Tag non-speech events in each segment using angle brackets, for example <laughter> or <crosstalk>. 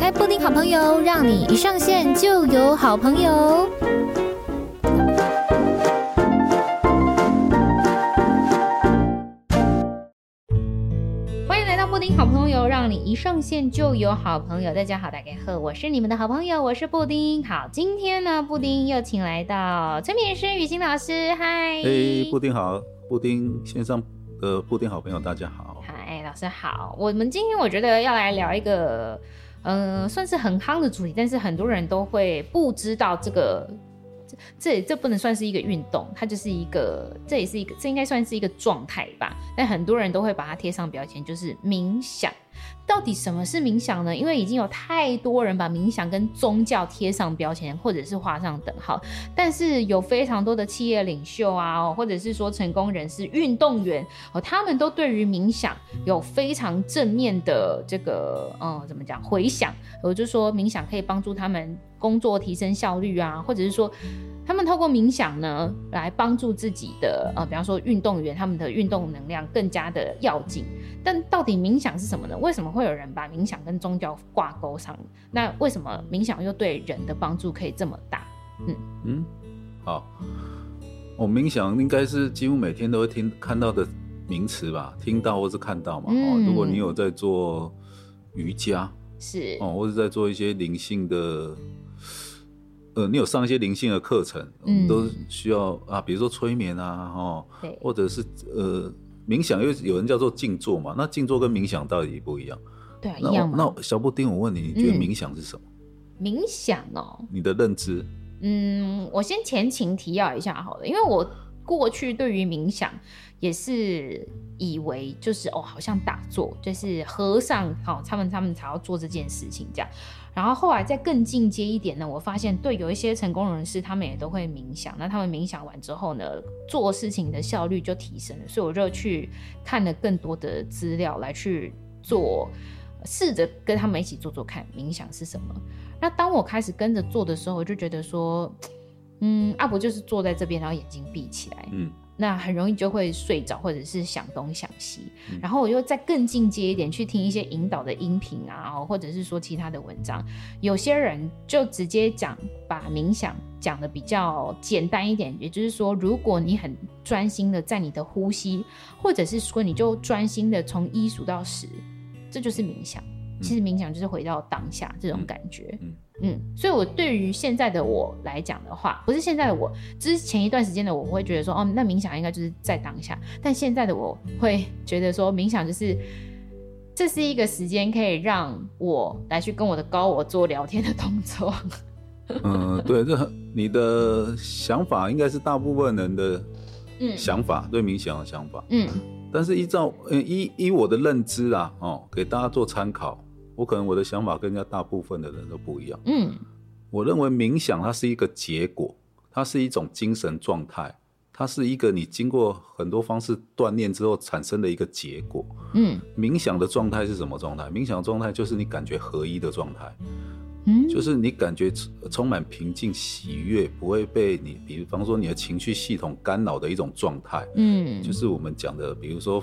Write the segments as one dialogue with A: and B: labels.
A: 开布丁好朋友，让你一上线就有好朋友。欢迎来到布丁好朋友，让你一上线就有好朋友。大家好，大家好，我是你们的好朋友，我是布丁。好，今天呢，布丁又请来到催眠师雨欣老师，嗨，
B: 嘿，哎布丁好，布丁线上的布丁好朋友，大家好。
A: 嗨，哎老师好。我们今天我觉得要来聊一个，嗯、算是很夯的主题，但是很多人都会不知道这个，这这这不能算是一个运动，它就是一个，这也是一个，这应该算是一个状态吧。但很多人都会把它贴上标签，就是冥想。到底什么是冥想呢？因为已经有太多人把冥想跟宗教贴上标签，或者是画上等号。但是有非常多的企业领袖啊，哦或者是说成功人士、运动员哦，他们都对于冥想有非常正面的这个，嗯，怎么讲回响？我就说冥想可以帮助他们工作提升效率啊，或者是说。他们透过冥想呢，来帮助自己的呃，比方说运动员，他们的运动能量更加的要紧。但到底冥想是什么呢？为什么会有人把冥想跟宗教挂钩上？那为什么冥想又对人的帮助可以这么大？
B: 嗯，好。我、冥想应该是几乎每天都会听看到的名词吧，听到或是看到嘛。哦，如果
A: 嗯
B: 你有在做瑜伽
A: 是，
B: 哦，或者在做一些灵性的，呃，你有上一些灵性的课程，
A: 嗯
B: 都需要啊，比如说催眠啊，哦，
A: 对，
B: 或者是呃。冥想又有人叫做静坐嘛，那静坐跟冥想到底不一样？
A: 对啊，
B: 那
A: 一样
B: 我
A: 嘛。
B: 那小布丁，我问你，你觉得
A: 嗯
B: 冥想是什么？
A: 冥想哦，
B: 你的认知？
A: 嗯，我先前情提要一下好了，因为我过去对于冥想也是以为就是哦，好像打坐就是和尚好、哦，他们他们才要做这件事情这样。然后后来再更进阶一点呢，我发现对有一些成功人士，他们也都会冥想。那他们冥想完之后呢，做事情的效率就提升了，所以我就去看了更多的资料来去做，试着跟他们一起做做看冥想是什么。那当我开始跟着做的时候，我就觉得说，嗯，阿、伯就是坐在这边，然后眼睛闭起来，
B: 嗯，
A: 那很容易就会睡着，或者是想东想西。
B: 嗯
A: 然后我又再更进阶一点，去听一些引导的音频啊，哦或者是说其他的文章。有些人就直接讲，把冥想讲的比较简单一点，也就是说，如果你很专心的在你的呼吸，或者是说你就专心的从一数到十，这就是冥想。其实冥想就是回到当下这种
B: 嗯
A: 感觉。
B: 嗯
A: 嗯，所以我对于现在的我来讲的话，不是现在的我，之前一段时间的我，我会觉得说，哦，那冥想应该就是在当下。但现在的我会觉得说，冥想就是这是一个时间可以让我来去跟我的高我做聊天的动作。
B: 嗯，对，这很你的想法应该是大部分人的
A: 嗯
B: 想法，对冥想的想法。
A: 嗯
B: 但是依照呃依依我的认知啦，哦，给大家做参考，我可能我的想法跟人家大部分的人都不一样。
A: 嗯
B: 我认为冥想它是一个结果，它是一种精神状态，它是一个你经过很多方式锻炼之后产生的一个结果。
A: 嗯
B: 冥想的状态是什么状态？冥想状态就是你感觉合一的状态。
A: 嗯，
B: 就是你感觉充充满平静、喜悦，不会被你，比方说你的情绪系统干扰的一种状态，
A: 嗯
B: 就是我们讲的，比如说，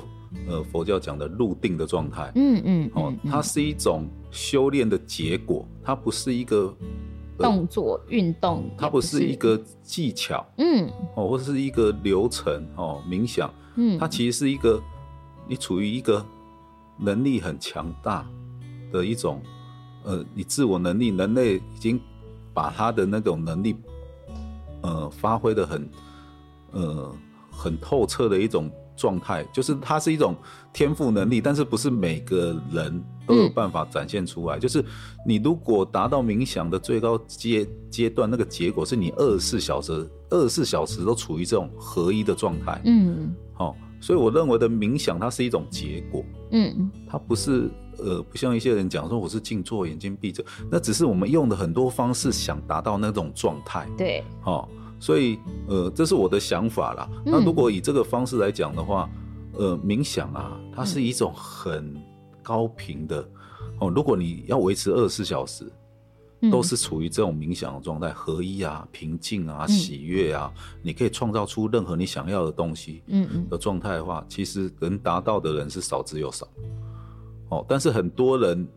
B: 呃，佛教讲的入定的状态。
A: 嗯嗯
B: 哦
A: 嗯，
B: 它
A: 嗯
B: 是一种修炼的结果，它不是一个，
A: 动作运动，
B: 它不是一个技巧
A: 嗯
B: 哦，或是一个流程哦。冥想，
A: 嗯，
B: 它其实是一个，你处于一个能力很强大的一种，呃，你自我能力，人类已经把他的那种能力，呃，发挥的很，呃，很透彻的一种状态，就是它是一种天赋能力，但是不是每个人都有
A: 嗯
B: 办法展现出来。就是你如果达到冥想的最高阶阶段，那个结果是你二十四小时，二十四小时都处于这种合一的状态。
A: 嗯
B: 好、所以我认为的冥想，它是一种结果，
A: 嗯
B: 它不是呃，不像一些人讲说我是静坐，眼睛闭着，那只是我们用的很多方式想达到那种状态，
A: 对，
B: 哦，所以呃，这是我的想法啦。
A: 嗯
B: 那如果以这个方式来讲的话，呃，冥想啊，它
A: 嗯
B: 是一种很高频的。哦，如果你要维持二十四小时，
A: 嗯
B: 都是处于这种冥想的状态，合一啊、平静啊、
A: 嗯
B: 喜悦啊，你可以创造出任何你想要的东西。
A: 嗯嗯
B: 的状态的话，其实能达到的人是少之又少。哦，但是很多人，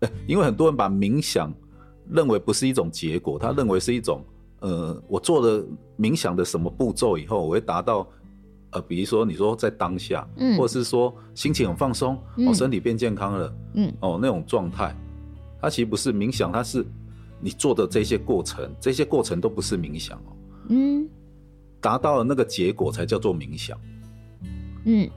B: 呃因为很多人把冥想认为不是一种结果，他认为是一种呃，我做了冥想的什么步骤以后，我会达到呃，比如说你说在当下，
A: 嗯
B: 或者是说心情很放松，哦，
A: 嗯
B: 身体变健康了，
A: 嗯，
B: 哦，那种状态，它其实不是冥想，它是你做的这些过程，这些过程都不是冥想哦，
A: 嗯
B: 达到了那个结果才叫做冥想。
A: 嗯，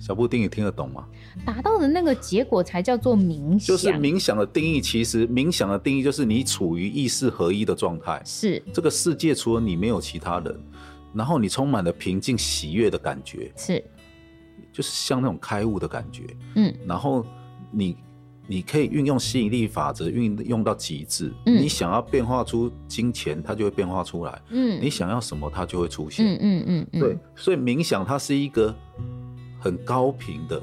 B: 小布丁，你听得懂吗？
A: 达到的那个结果才叫做冥想，
B: 就是冥想的定义，其实冥想的定义就是你处于意识合一的状态，
A: 是
B: 这个世界除了你没有其他人，然后你充满了平静喜悦的感觉，
A: 是，
B: 就是像那种开悟的感觉。
A: 嗯
B: 然后你你可以运用吸引力法则运用到极致，
A: 嗯
B: 你想要变化出金钱，它就会变化出来；
A: 嗯，
B: 你想要什么，它就会出现。
A: 嗯嗯嗯嗯，
B: 对，，所以冥想它是一个很高频的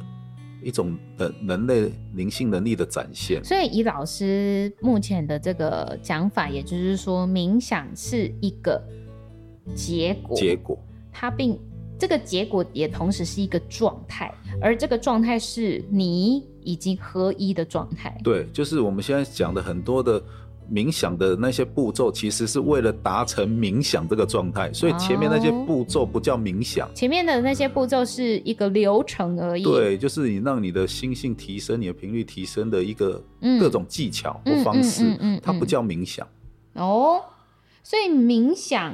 B: 一种人人类灵性能力的展现。
A: 所以以老师目前的这个讲法，也就是说，冥想是一个结果，
B: 结果
A: 它并这个结果也同时是一个状态，而这个状态是你已经合一的状态。
B: 对，就是我们现在讲的很多的。冥想的那些步骤，其实是为了达成冥想这个状态，所以前面那些
A: 哦
B: 步骤不叫冥想，
A: 前面的那些步骤是一个流程而已。
B: 对，就是你让你的心性提升，你的频率提升的一个
A: 嗯
B: 各种技巧
A: 嗯
B: 或方
A: 嗯
B: 式，
A: 嗯嗯
B: 它不
A: 嗯
B: 叫冥想。
A: 哦，所以冥想，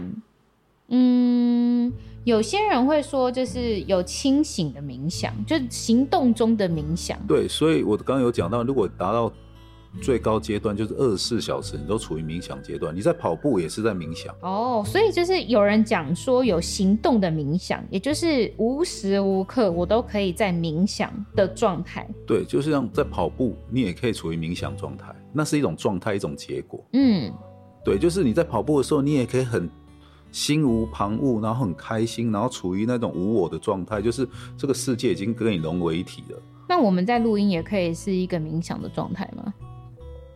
A: 嗯，有些人会说就是有清醒的冥想，就是行动中的冥想。
B: 对，所以我刚刚有讲到，如果达到最高阶段，就是二十四小时，你都处于冥想阶段。你在跑步也是在冥想，
A: 哦，所以就是有人讲说有行动的冥想，也就是无时无刻我都可以在冥想的状态。
B: 对，就是像在跑步，你也可以处于冥想状态，那是一种状态，一种结果。
A: 嗯
B: 对，就是你在跑步的时候，你也可以很心无旁骛，然后很开心，然后处于那种无我的状态，就是这个世界已经跟你融为一体了。
A: 那我们在录音也可以是一个冥想的状态吗？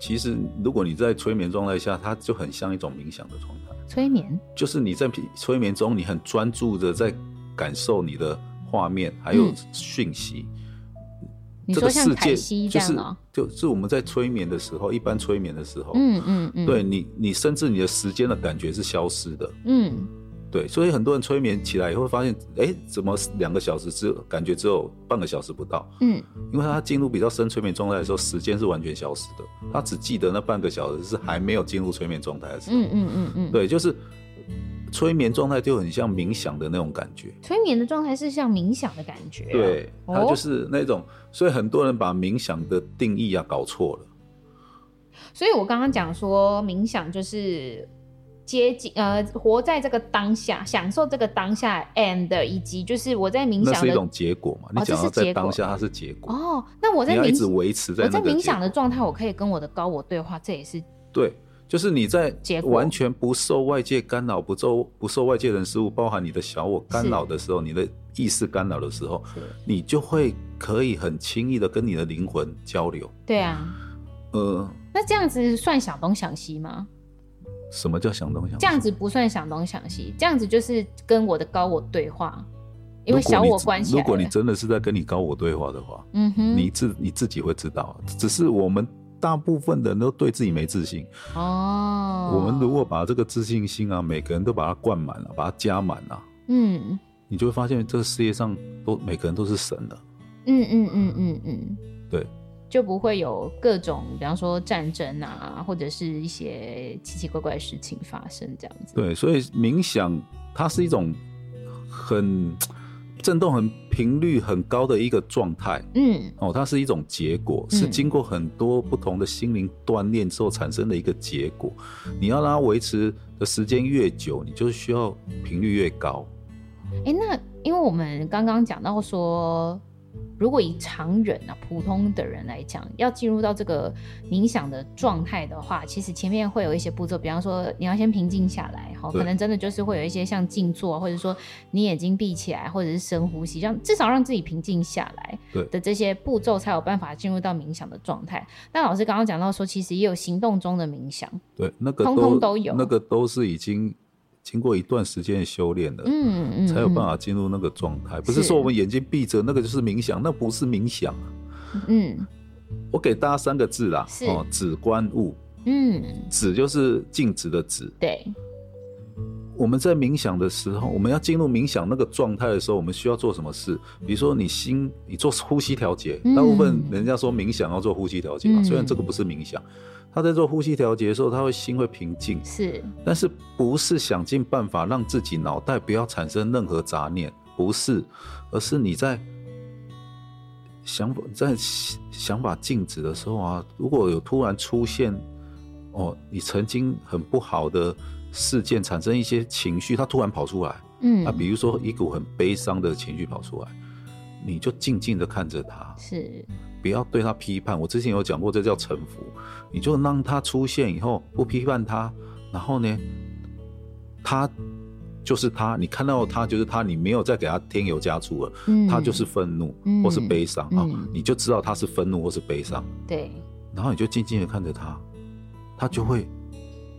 B: 其实，如果你在催眠状态下，它就很像一种冥想的状态，
A: 催眠，
B: 就是你在催眠中，你很专注的在感受你的画面还有
A: 嗯
B: 讯息。
A: 你
B: 这
A: 说
B: 个
A: 像
B: 世
A: 凯
B: 界
A: 西这
B: 就
A: 样
B: 是
A: 哦、
B: 就是我们在催眠的时候，一般催眠的时候，
A: 嗯嗯嗯，，
B: 对你，你甚至你的时间的感觉是消失的。
A: 嗯
B: 对，所以很多人催眠起来也会发现，哎，怎么两个小时之感觉只有半个小时不到？
A: 嗯
B: 因为他进入比较深催眠状态的时候，时间是完全消失的，他只记得那半个小时是还没有进入催眠状态的时候。
A: 嗯嗯嗯嗯，，
B: 对，就是催眠状态就很像冥想的那种感觉。
A: 催眠的状态是像冥想的感觉、啊。
B: 对，
A: 哦
B: 它就是那种，所以很多人把冥想的定义啊搞错了。
A: 所以我刚刚讲说，冥想就是接近呃，活在这个当下，享受这个当下，and 以及就是我在冥
B: 那
A: 想
B: 是一
A: 的
B: 种结果嘛？你
A: 哦这
B: 讲
A: 是
B: 到在
A: 结果
B: 当下，它是结果。
A: 哦，那我在
B: 你要一
A: 冥
B: 直维持在
A: 我
B: 那
A: 在
B: 个
A: 冥
B: 结
A: 想
B: 果
A: 的状态，我可以跟我的高我对话，这也是
B: 对，就是你在
A: 嗯结果
B: 完全不受外界干扰、不受不受外界人事物，包含你的小我干
A: 是
B: 扰的时候，你的意识干扰的时候，
A: 是
B: 你就会可以很轻易的跟你的灵魂交流。
A: 对啊。
B: 呃，
A: 那这样子算想东想西吗？
B: 什么叫想东想西？
A: 这样子不算想东想西，这样子就是跟我的高我对话，因为
B: 如果
A: 小
B: 你
A: 我
B: 真
A: 关系
B: 如果你真的是在跟你高我对话的话，
A: 嗯哼，
B: 你自你自己会知道。啊只是我们大部分的人都对自己没自信。
A: 哦，
B: 我们如果把这个自信心啊，每个人都把它灌满了、把它加满了、
A: 嗯
B: 你就会发现这个世界上都每个人都是神了。
A: 嗯嗯嗯嗯嗯，
B: 对，
A: 就不会有各种，比方说战争啊，或者是一些奇奇怪怪的事情发生，这样子。
B: 对，所以冥想它是一种很震动、很频率很高的一个状态
A: 嗯
B: 哦，它是一种结果，是经过很多不同的心灵锻炼之后产生的一个结果。你要让它维持的时间越久，你就需要频率越高。
A: 哎、那因为我们刚刚讲到说，如果以常人啊、普通的人来讲，要进入到这个冥想的状态的话，其实前面会有一些步骤，比方说你要先平静下来，哈，
B: 对
A: 可能真的就是会有一些像静坐啊，或者说你眼睛闭起来，或者是深呼吸，让至少让自己平静下来
B: 对
A: 的这些步骤，才有办法进入到冥想的状态。那老师刚刚讲到说，其实也有行动中的冥想，
B: 对，那个
A: 通
B: 都
A: 通都有
B: 那个都是已经经过一段时间的修炼了。
A: 嗯嗯，
B: 才有
A: 嗯
B: 办法进入那个状态，不是
A: 是
B: 说我们眼睛闭着那个就是冥想，那不是冥想啊，
A: 嗯，
B: 我给大家三个字啦哦
A: 是，
B: 止观物，
A: 嗯，
B: 止就是静止的止。
A: 对，
B: 我们在冥想的时候，我们要进入冥想那个状态的时候，我们需要做什么事？比如说，你心，你做呼吸调节。
A: 嗯
B: 大部分人家说冥想要做呼吸调节嘛，
A: 嗯
B: 虽然这个不是冥想，他在做呼吸调节的时候，他会心会平静，
A: 是，
B: 但是不是想尽办法让自己脑袋不要产生任何杂念，不是，而是你在想法在想法静止的时候啊，如果有突然出现哦，你曾经很不好的事件产生一些情绪，它突然跑出来，
A: 嗯，
B: 啊，比如说一股很悲伤的情绪跑出来，你就静静的看着它，
A: 是，
B: 不要对他批判。我之前有讲过，这叫臣服。你就让他出现以后，不批判他，然后呢，他就是他，你看到他就是他，你没有再给他添油加醋了，
A: 嗯，
B: 他就是愤怒
A: 嗯
B: 或是悲伤啊、
A: 嗯
B: 你就知道他是愤怒或是悲伤，
A: 对，
B: 然后你就静静的看着他，他就会，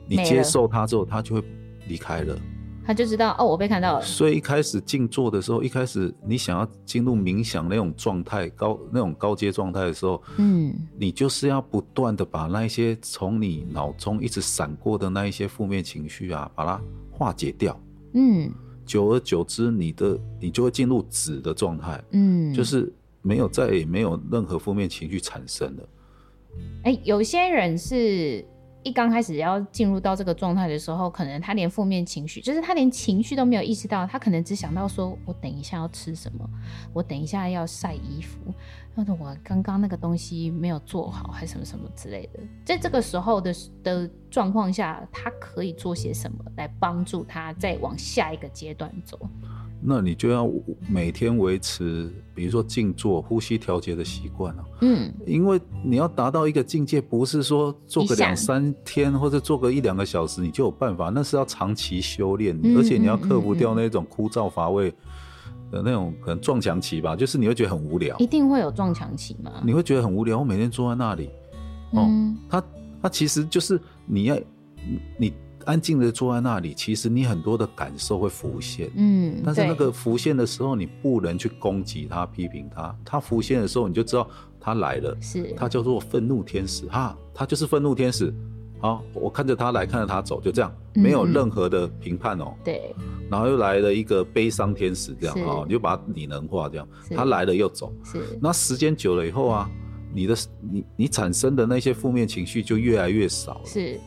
B: 你
A: 没了
B: 接受他之后，他就会离开了。
A: 他就知道哦，我被看到了，
B: 所以一开始静坐的时候，一开始你想要进入冥想那种状态，高那种高阶状态的时候，
A: 嗯，
B: 你就是要不断的把那一些从你脑中一直闪过的那一些负面情绪啊，把它化解掉。
A: 嗯，
B: 久而久之，你的你就会进入止的状态，
A: 嗯，
B: 就是没有再也没有任何负面情绪产生了。
A: 哎、有些人是一刚开始要进入到这个状态的时候，可能他连负面情绪，就是他连情绪都没有意识到，他可能只想到说，我等一下要吃什么，我等一下要晒衣服，或者我刚刚那个东西没有做好，还什么什么之类的。在这个时候的的状况下，他可以做些什么来帮助他再往下一个阶段走？
B: 那你就要每天维持，比如说静坐、呼吸调节的习惯啊，
A: 嗯，
B: 因为你要达到一个境界，不是说做个
A: 一下
B: 两三天或者做个一两个小时你就有办法，那是要长期修炼，
A: 嗯
B: 而且你要克服
A: 嗯嗯
B: 掉那种枯燥乏味的那种可能撞墙期吧，就是你会觉得很无聊
A: 一，定会有撞墙期吗？
B: 你会觉得很无聊，我每天坐在那里，哦
A: 嗯
B: 它它其实就是你要你你安静的坐在那里，其实你很多的感受会浮现。
A: 嗯，
B: 但是那
A: 对
B: 个浮现的时候，你不能去攻击它、批评它。它浮现的时候，你就知道它来了。
A: 是
B: 它叫做愤怒天使哈，它就是愤怒天使。好，我看着它来，看着它走，就这样，
A: 嗯
B: 没有任何的评判哦。
A: 对
B: 然后又来了一个悲伤天使，这样
A: 是
B: 哦，你就把它拟人化，这样
A: 是
B: 它来了又走。
A: 是
B: 那时间久了以后啊，你的你你产生的那些负面情绪就越来越少了。
A: 是，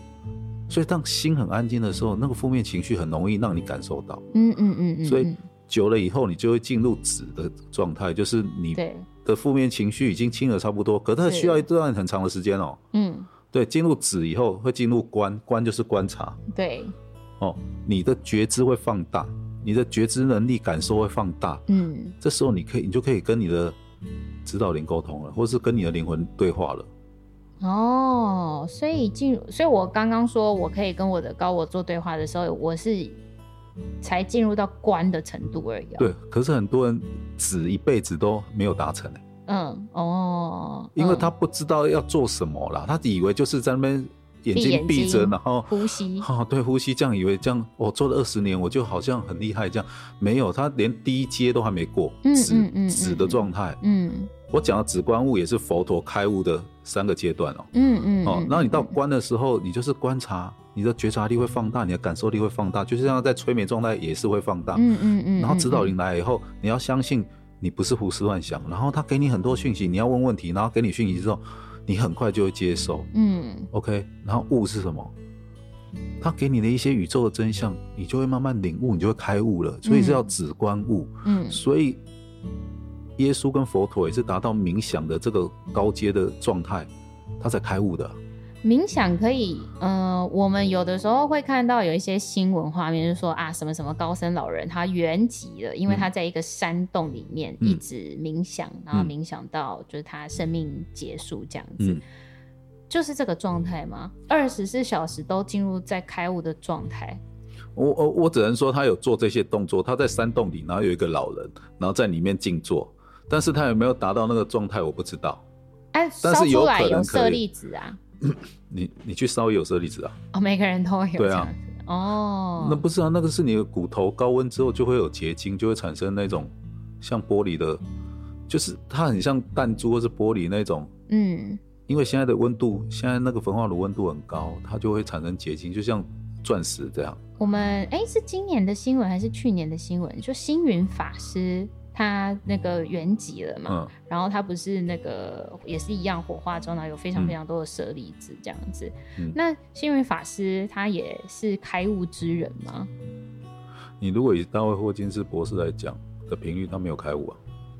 B: 所以当心很安静的时候，那个负面情绪很容易让你感受到。
A: 嗯嗯嗯嗯，
B: 所以
A: 嗯
B: 久了以后，你就会进入止的状态，就是你
A: 嗯对，
B: 的负面情绪已经清了差不多，可是它
A: 是
B: 需要一段很长的时间哦。
A: 嗯，
B: 对，进入止以后会进入观，观就是观察
A: 对，
B: 哦，你的觉知会放大，你的觉知能力感受会放大，
A: 嗯，
B: 这时候你可以，你就可以跟你的指导灵沟通了，或是跟你的灵魂对话了。
A: 哦，所以进入，所以我刚刚说我可以跟我的高我做对话的时候，我是才进入到观的程度而已、，啊
B: 对，可是很多人止一辈子都没有达成、欸，
A: 嗯，哦，
B: 因为
A: 嗯
B: 他不知道要做什么啦，他以为就是在那边
A: 闭
B: 眼
A: 眼
B: 睛闭着，
A: 睛
B: 然后
A: 呼吸，
B: 哦，对，呼吸这样以为这样，我、做了二十年，我就好像很厉害这样，没有，他连第一阶都还没过，
A: 嗯
B: 止
A: 嗯嗯
B: 止的状态。
A: 嗯
B: 我讲的止观物也是佛陀开悟的三个阶段哦。
A: 嗯嗯，
B: 哦
A: 嗯，
B: 那你到
A: 嗯
B: 观的时候，你就是观察，你的觉察力会放大，你的感受力会放大，就是像在催眠状态也是会放大。
A: 嗯嗯嗯，
B: 然后指导
A: 嗯
B: 灵来以后，你要相信你不是胡思乱想，然后他给你很多讯息，你要问问题，然后给你讯息之后，你很快就会接受。
A: 嗯
B: OK，然后悟是什么？他给你的一些宇宙的真相，你就会慢慢领悟，你就会开悟了。所以是要止观悟。
A: 嗯
B: 所以耶稣跟佛陀也是达到冥想的这个高阶的状态，他才开悟的。
A: 冥想可以，呃，我们有的时候会看到有一些新闻画面，就是说啊，什么什么高僧老人他圆寂了，因为
B: 嗯
A: 他在一个山洞里面
B: 嗯
A: 一直冥想，然后
B: 嗯
A: 冥想到就是他生命结束这样子，
B: 嗯，
A: 就是这个状态吗？二十四小时都进入在开悟的状态，
B: 我我我只能说他有做这些动作，他在山洞里，然后有一个老人，然后在里面静坐，但是他有没有达到那个状态，我不知道。
A: 哎、烧
B: 但是有
A: 出来
B: 可能
A: 有
B: 可
A: 舍
B: 以
A: 利子啊，
B: 你你去稍微有色例子啊。
A: 哦，每个人都有
B: 对
A: 这
B: 啊
A: 样子，哦，
B: 那不是啊，那个是你的骨头高温之后就会有结晶，就会产生那种像玻璃的，就是它很像弹珠或是玻璃那种
A: 嗯
B: 因为现在的温度，现在那个焚化炉温度很高，它就会产生结晶，就像钻石这样。
A: 我们哎、是今年的新闻还是去年的新闻？就星云法师他那个原籍了嘛，
B: 嗯，
A: 然后他不是那个也是一样火化中，然后有非常
B: 嗯
A: 非常多的舍利子这样子。
B: 嗯
A: 那星云法师他也是开悟之人吗？
B: 你如果以大卫霍金斯博士来讲的频率，他没有开悟啊。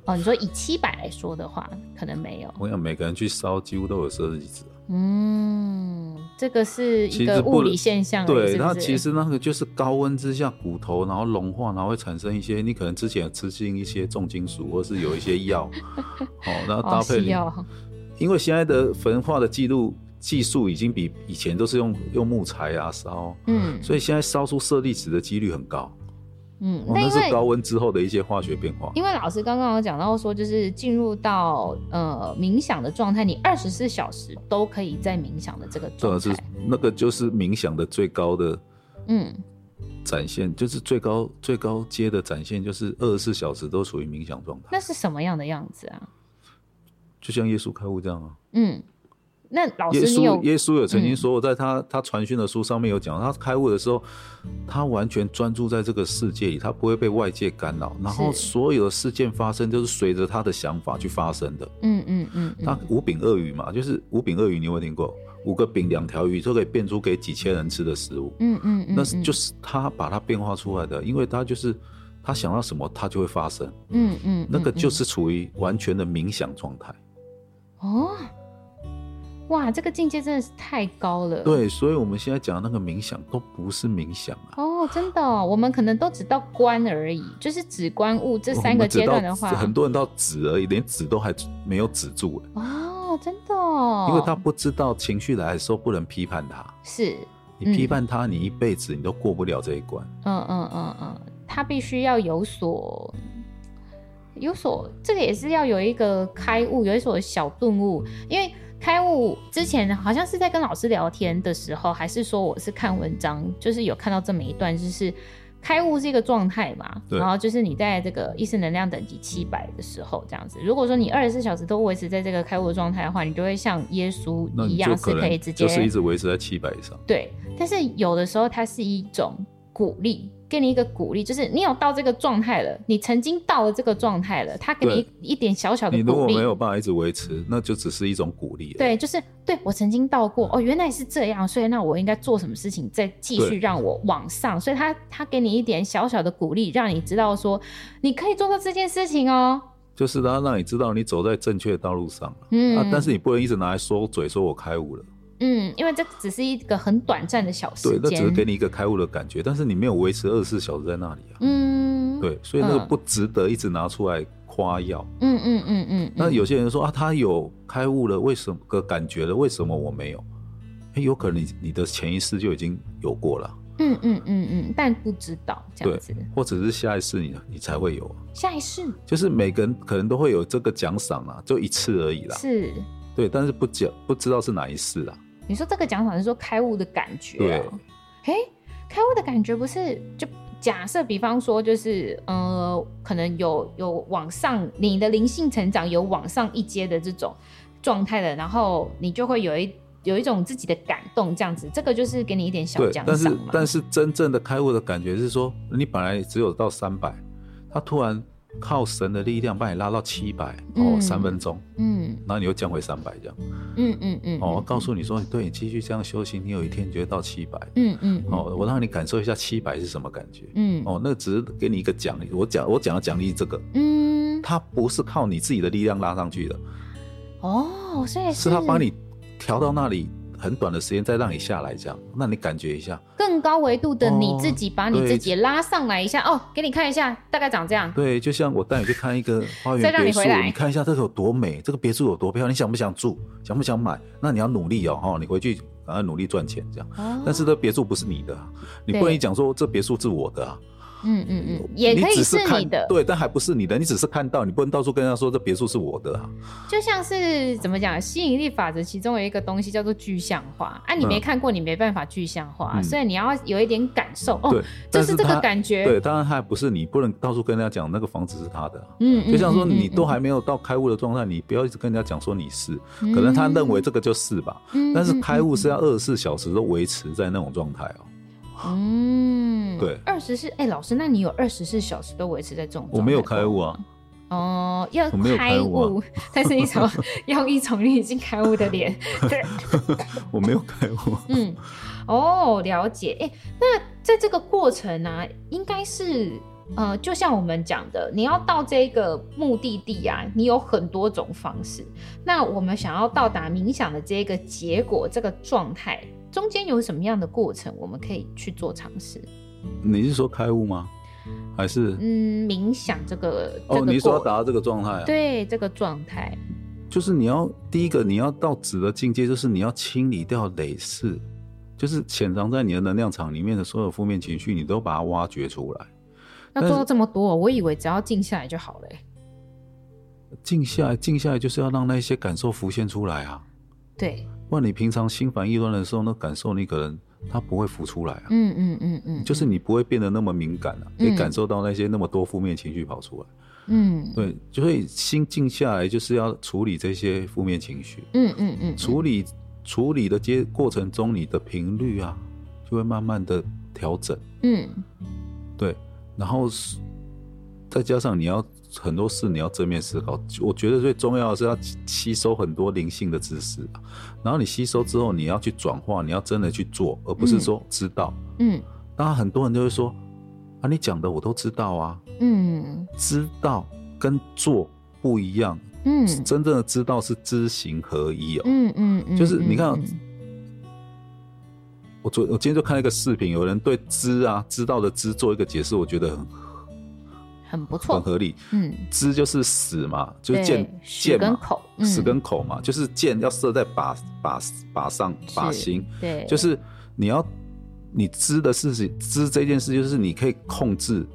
A: 哦，你说以七百来说的话，可能没有。
B: 我想每个人去烧，几乎都有舍利子啊。
A: 嗯，这个是一
B: 其
A: 个
B: 实
A: 物
B: 不
A: 理
B: 能
A: 现象而已，
B: 对，
A: 是不
B: 它
A: 是
B: 其实那个就是高温之下骨头，然后融化，然后会产生一些你可能之前有吃进一些重金属，或是有一些
A: <laughs>
B: 药，好、然后
A: 哦
B: 搭配
A: 是
B: 你，
A: 哦，
B: 因为现在的焚化的记录技术已经比以前都是用用木材啊烧，
A: 嗯
B: 所以现在烧出舍利子的几率很高，
A: 嗯，
B: 哦、
A: 那
B: 那
A: 因
B: 是
A: 为
B: 高温之后的一些化学变化。
A: 因为老师刚刚有讲到说，就是进入到呃冥想的状态，你二十四小时都可以在冥想的这个
B: 啊这
A: 状
B: 个是
A: 态，
B: 那个就是冥想的最高的
A: 嗯，
B: 展现，就是最高最高阶的展现，就是二十四小时都处于冥想状态
A: 那，是什么样的样子啊？
B: 就像耶稣开悟这样啊。
A: 嗯，那老
B: 耶
A: 师你有
B: 稣耶稣有曾
A: 嗯
B: 经说过，在他、他传讯的书上面有讲，他开悟的时候，他完全专注在这个世界里，他不会被外界干扰，然后所有的事件发生就是随着他的想法去发生的。
A: 嗯嗯嗯嗯
B: 他五饼鳄鱼嘛，就是五饼鳄鱼，你有没有听过？五个饼两条鱼就可以变出给几千人吃的食物，
A: 嗯嗯嗯，
B: 那是
A: 嗯
B: 就是他把它变化出来的，因为他就是他想到什么，它就会发生，
A: 嗯嗯，
B: 那个
A: 嗯
B: 就是处于完全的冥想状态。
A: 哦，哇，这个境界真的是太高了，。
B: 对，所以我们现在讲的那个冥想都不是冥想啊。
A: 哦，真的哦、我们可能都只到观而已，就是只观物这
B: 我
A: 三个
B: 们只
A: 阶段
B: 到
A: 的话，
B: 很多人到止而已，连止都还没有止住，欸
A: 哦，真的、哦，
B: 因为他不知道情绪来的时候不能批判他。
A: 是，
B: 你批
A: 嗯
B: 判他，你一辈子你都过不了这一关。
A: 嗯嗯嗯嗯，他必须要有所有所，这个也是要有一个开悟，有一所小顿悟，因为。开悟之前好像是在跟老师聊天的时候，还是说我是看文章，就是有看到这么一段，就是开悟是一个状态嘛，
B: 对
A: 然后就是你在这个意识能量等级七百的时候这样子。如果说你二十四小时都维持在这个开悟的状态的话，你就会像耶稣
B: 那
A: 一
B: 你
A: 样
B: 就是
A: 可以
B: 能
A: 直接
B: 就是一直维持在七百以上。
A: 对，但是有的时候它是一种鼓励，给你一个鼓励，就是你有到这个状态了，你曾经到了这个状态了，它给你
B: 对
A: 一一点小小的
B: 你如
A: 鼓
B: 果
A: 励
B: 没。有办法一直维持，那就只是一种鼓励。
A: 对，，就是对我曾经到过哦，原来是这样，所以那我应该做什么事情再继续
B: 对
A: 让我往上？所以他他给你一点小小的鼓励，让你知道说你可以做到这件事情哦。
B: 就是他让你知道你走在正确的道路上了。
A: 嗯，
B: 啊，但是你不能一直拿来说嘴，说我开悟了。
A: 嗯，因为这只是一个很短暂的小时
B: 对
A: 间，，
B: 那只是给你一个开悟的感觉，但是你没有维持二十四小时在那里啊。
A: 嗯，
B: 对，所以那个
A: 嗯
B: 不值得一直拿出来夸耀。
A: 嗯嗯嗯嗯，
B: 那
A: 嗯
B: 有些人说啊，他有开悟了，为什么个感觉了？为什么我没有？诶有可能你你的潜意识就已经有过了，
A: 嗯嗯嗯嗯，但不知道这样
B: 对
A: 子，
B: 或者是下一次你你才会有啊。
A: 下一世
B: 就是每个人可能都会有这个奖赏啊，就一次而已啦。
A: 是，
B: 对，但是不讲不知道是哪一次啊。
A: 你说这个奖赏是说开悟的感觉、
B: 对
A: 啊，哎，开悟的感觉不是就假设，比方说就是呃，可能有有往上，你的灵性成长有往上一阶的这种状态的，然后你就会有一有一种自己的感动，这样子，这个就是给你一点小
B: 对
A: 奖，
B: 但
A: 赏
B: 是
A: 嘛，
B: 但是真正的开悟的感觉是说，你本来只有到三百，他突然靠神的力量把你拉到七百、
A: 嗯
B: 哦，三分钟，
A: 嗯
B: 然后你又降回三百这样。
A: 嗯嗯嗯，
B: 哦，告诉你说，你对你继续这样修行，你有一天你就会到七百。
A: 嗯嗯嗯
B: 哦，我让你感受一下七百是什么感觉。
A: 嗯
B: 哦，那只是给你一个奖励。我讲我讲的奖励这个，
A: 嗯
B: 它不是靠你自己的力量拉上去的，
A: 哦，所以
B: 是它把你调到那里很短的时间，再让你下来，这样，那你感觉一下。
A: 更高维度的你
B: 哦
A: 自己，把你
B: 对
A: 自己拉上来一下哦，给你看一下，大概长这样。
B: 对，就像我带你去看一个花
A: 再
B: 园
A: 让你
B: 别墅，
A: 回来
B: 你看一下这个有多美，这个别墅有多漂亮，你想不想住？想不想买？那你要努力哦，哦，你回去赶快努力赚钱，这样。
A: 哦
B: 但是这别墅不是你的啊、你不
A: 对
B: 能讲说这别墅是我的啊。
A: 嗯嗯嗯，也可以
B: 只是看
A: 你的，
B: 对，但还不是你的，你只是看到，你不能到处跟人家说这别墅是我的啊。
A: 就像是怎么讲，吸引力法则其中有一个东西叫做具象化啊，你没
B: 嗯
A: 看过，你没办法具象化，
B: 嗯
A: 所以你要有一点感受哦
B: 对，，
A: 就
B: 但
A: 是这个
B: 他
A: 感觉，
B: 对，当然还不是你不能到处跟人家讲那个房子是他的啊、
A: 嗯，嗯
B: 就像说
A: 嗯嗯
B: 你都
A: 嗯
B: 还没有到开悟的状态，你不要一直跟人家讲说你是，
A: 嗯
B: 可能他认为这个就是吧。
A: 嗯
B: 但是
A: 嗯
B: 开悟是要二十四小时都维持在那种状态哦。
A: 嗯，
B: 对
A: 二十四，哎，老师，那你有二十四小时都维持在这种？
B: 我没有开悟啊，
A: 哦，要
B: 我没有开悟啊
A: 悟， <laughs> 但是一种用一种你已经开悟的脸，
B: <laughs>
A: 对，
B: 我没有开悟。
A: 哦
B: 啊
A: 嗯，哦，了解。哎、那在这个过程呢、啊，应该是呃，就像我们讲的，你要到这个目的地啊，你有很多种方式。那我们想要到达冥想的这个结果，这个状态中间有什么样的过程，我们可以去做尝试？
B: 你是说开悟吗？还是
A: 嗯，冥想这个
B: 哦？你是说要
A: 过
B: 达到这个状态啊？，
A: 对这个状态，
B: 就是你要第一个你要到指的境界，就是你要清理掉累世，就是潜藏在你的能量场里面的所有负面情绪，你都把它挖掘出来。
A: 要做到这么多，我以为只要静下来就好了、欸
B: 静下来，静下来就是要让那些感受浮现出来啊。
A: 对，
B: 不然你平常心烦意乱的时候，那感受你可能它不会浮出来啊，
A: 嗯嗯嗯嗯，
B: 就是你不会变得那么敏感啊，
A: 嗯
B: 也感受到那些那么多负面情绪跑出来。
A: 嗯嗯
B: 对，所以心静下来就是要处理这些负面情绪，
A: 嗯嗯嗯，
B: 处理处理的接过程中，你的频率啊就会慢慢的调整，
A: 嗯。
B: 对，然后是再加上你要。很多事你要正面思考，我觉得最重要的是要吸吸收很多灵性的知识啊，然后你吸收之后，你要去转化，你要真的去做，而不是说知道。
A: 嗯
B: 当然，很多人就会说啊，你讲的我都知道啊，
A: 嗯
B: 知道跟做不一样，
A: 嗯
B: 真正的知道是知行合一哦。
A: 嗯嗯嗯，
B: 就是你看
A: 嗯
B: 我昨我今天就看了一个视频，有人对知啊知道的知做一个解释，我觉得很
A: 很不
B: 很
A: 错，
B: 合理。
A: 嗯，
B: 知就是死嘛，就是
A: 对
B: 剑
A: 屎
B: 剑
A: 跟
B: 嘛，
A: 口，
B: 死
A: 嗯
B: 跟口嘛，就是剑要射在靶靶靶上靶
A: 是
B: 心，
A: 对，
B: 就是你要你知的事情，知这件事就是你可以控制。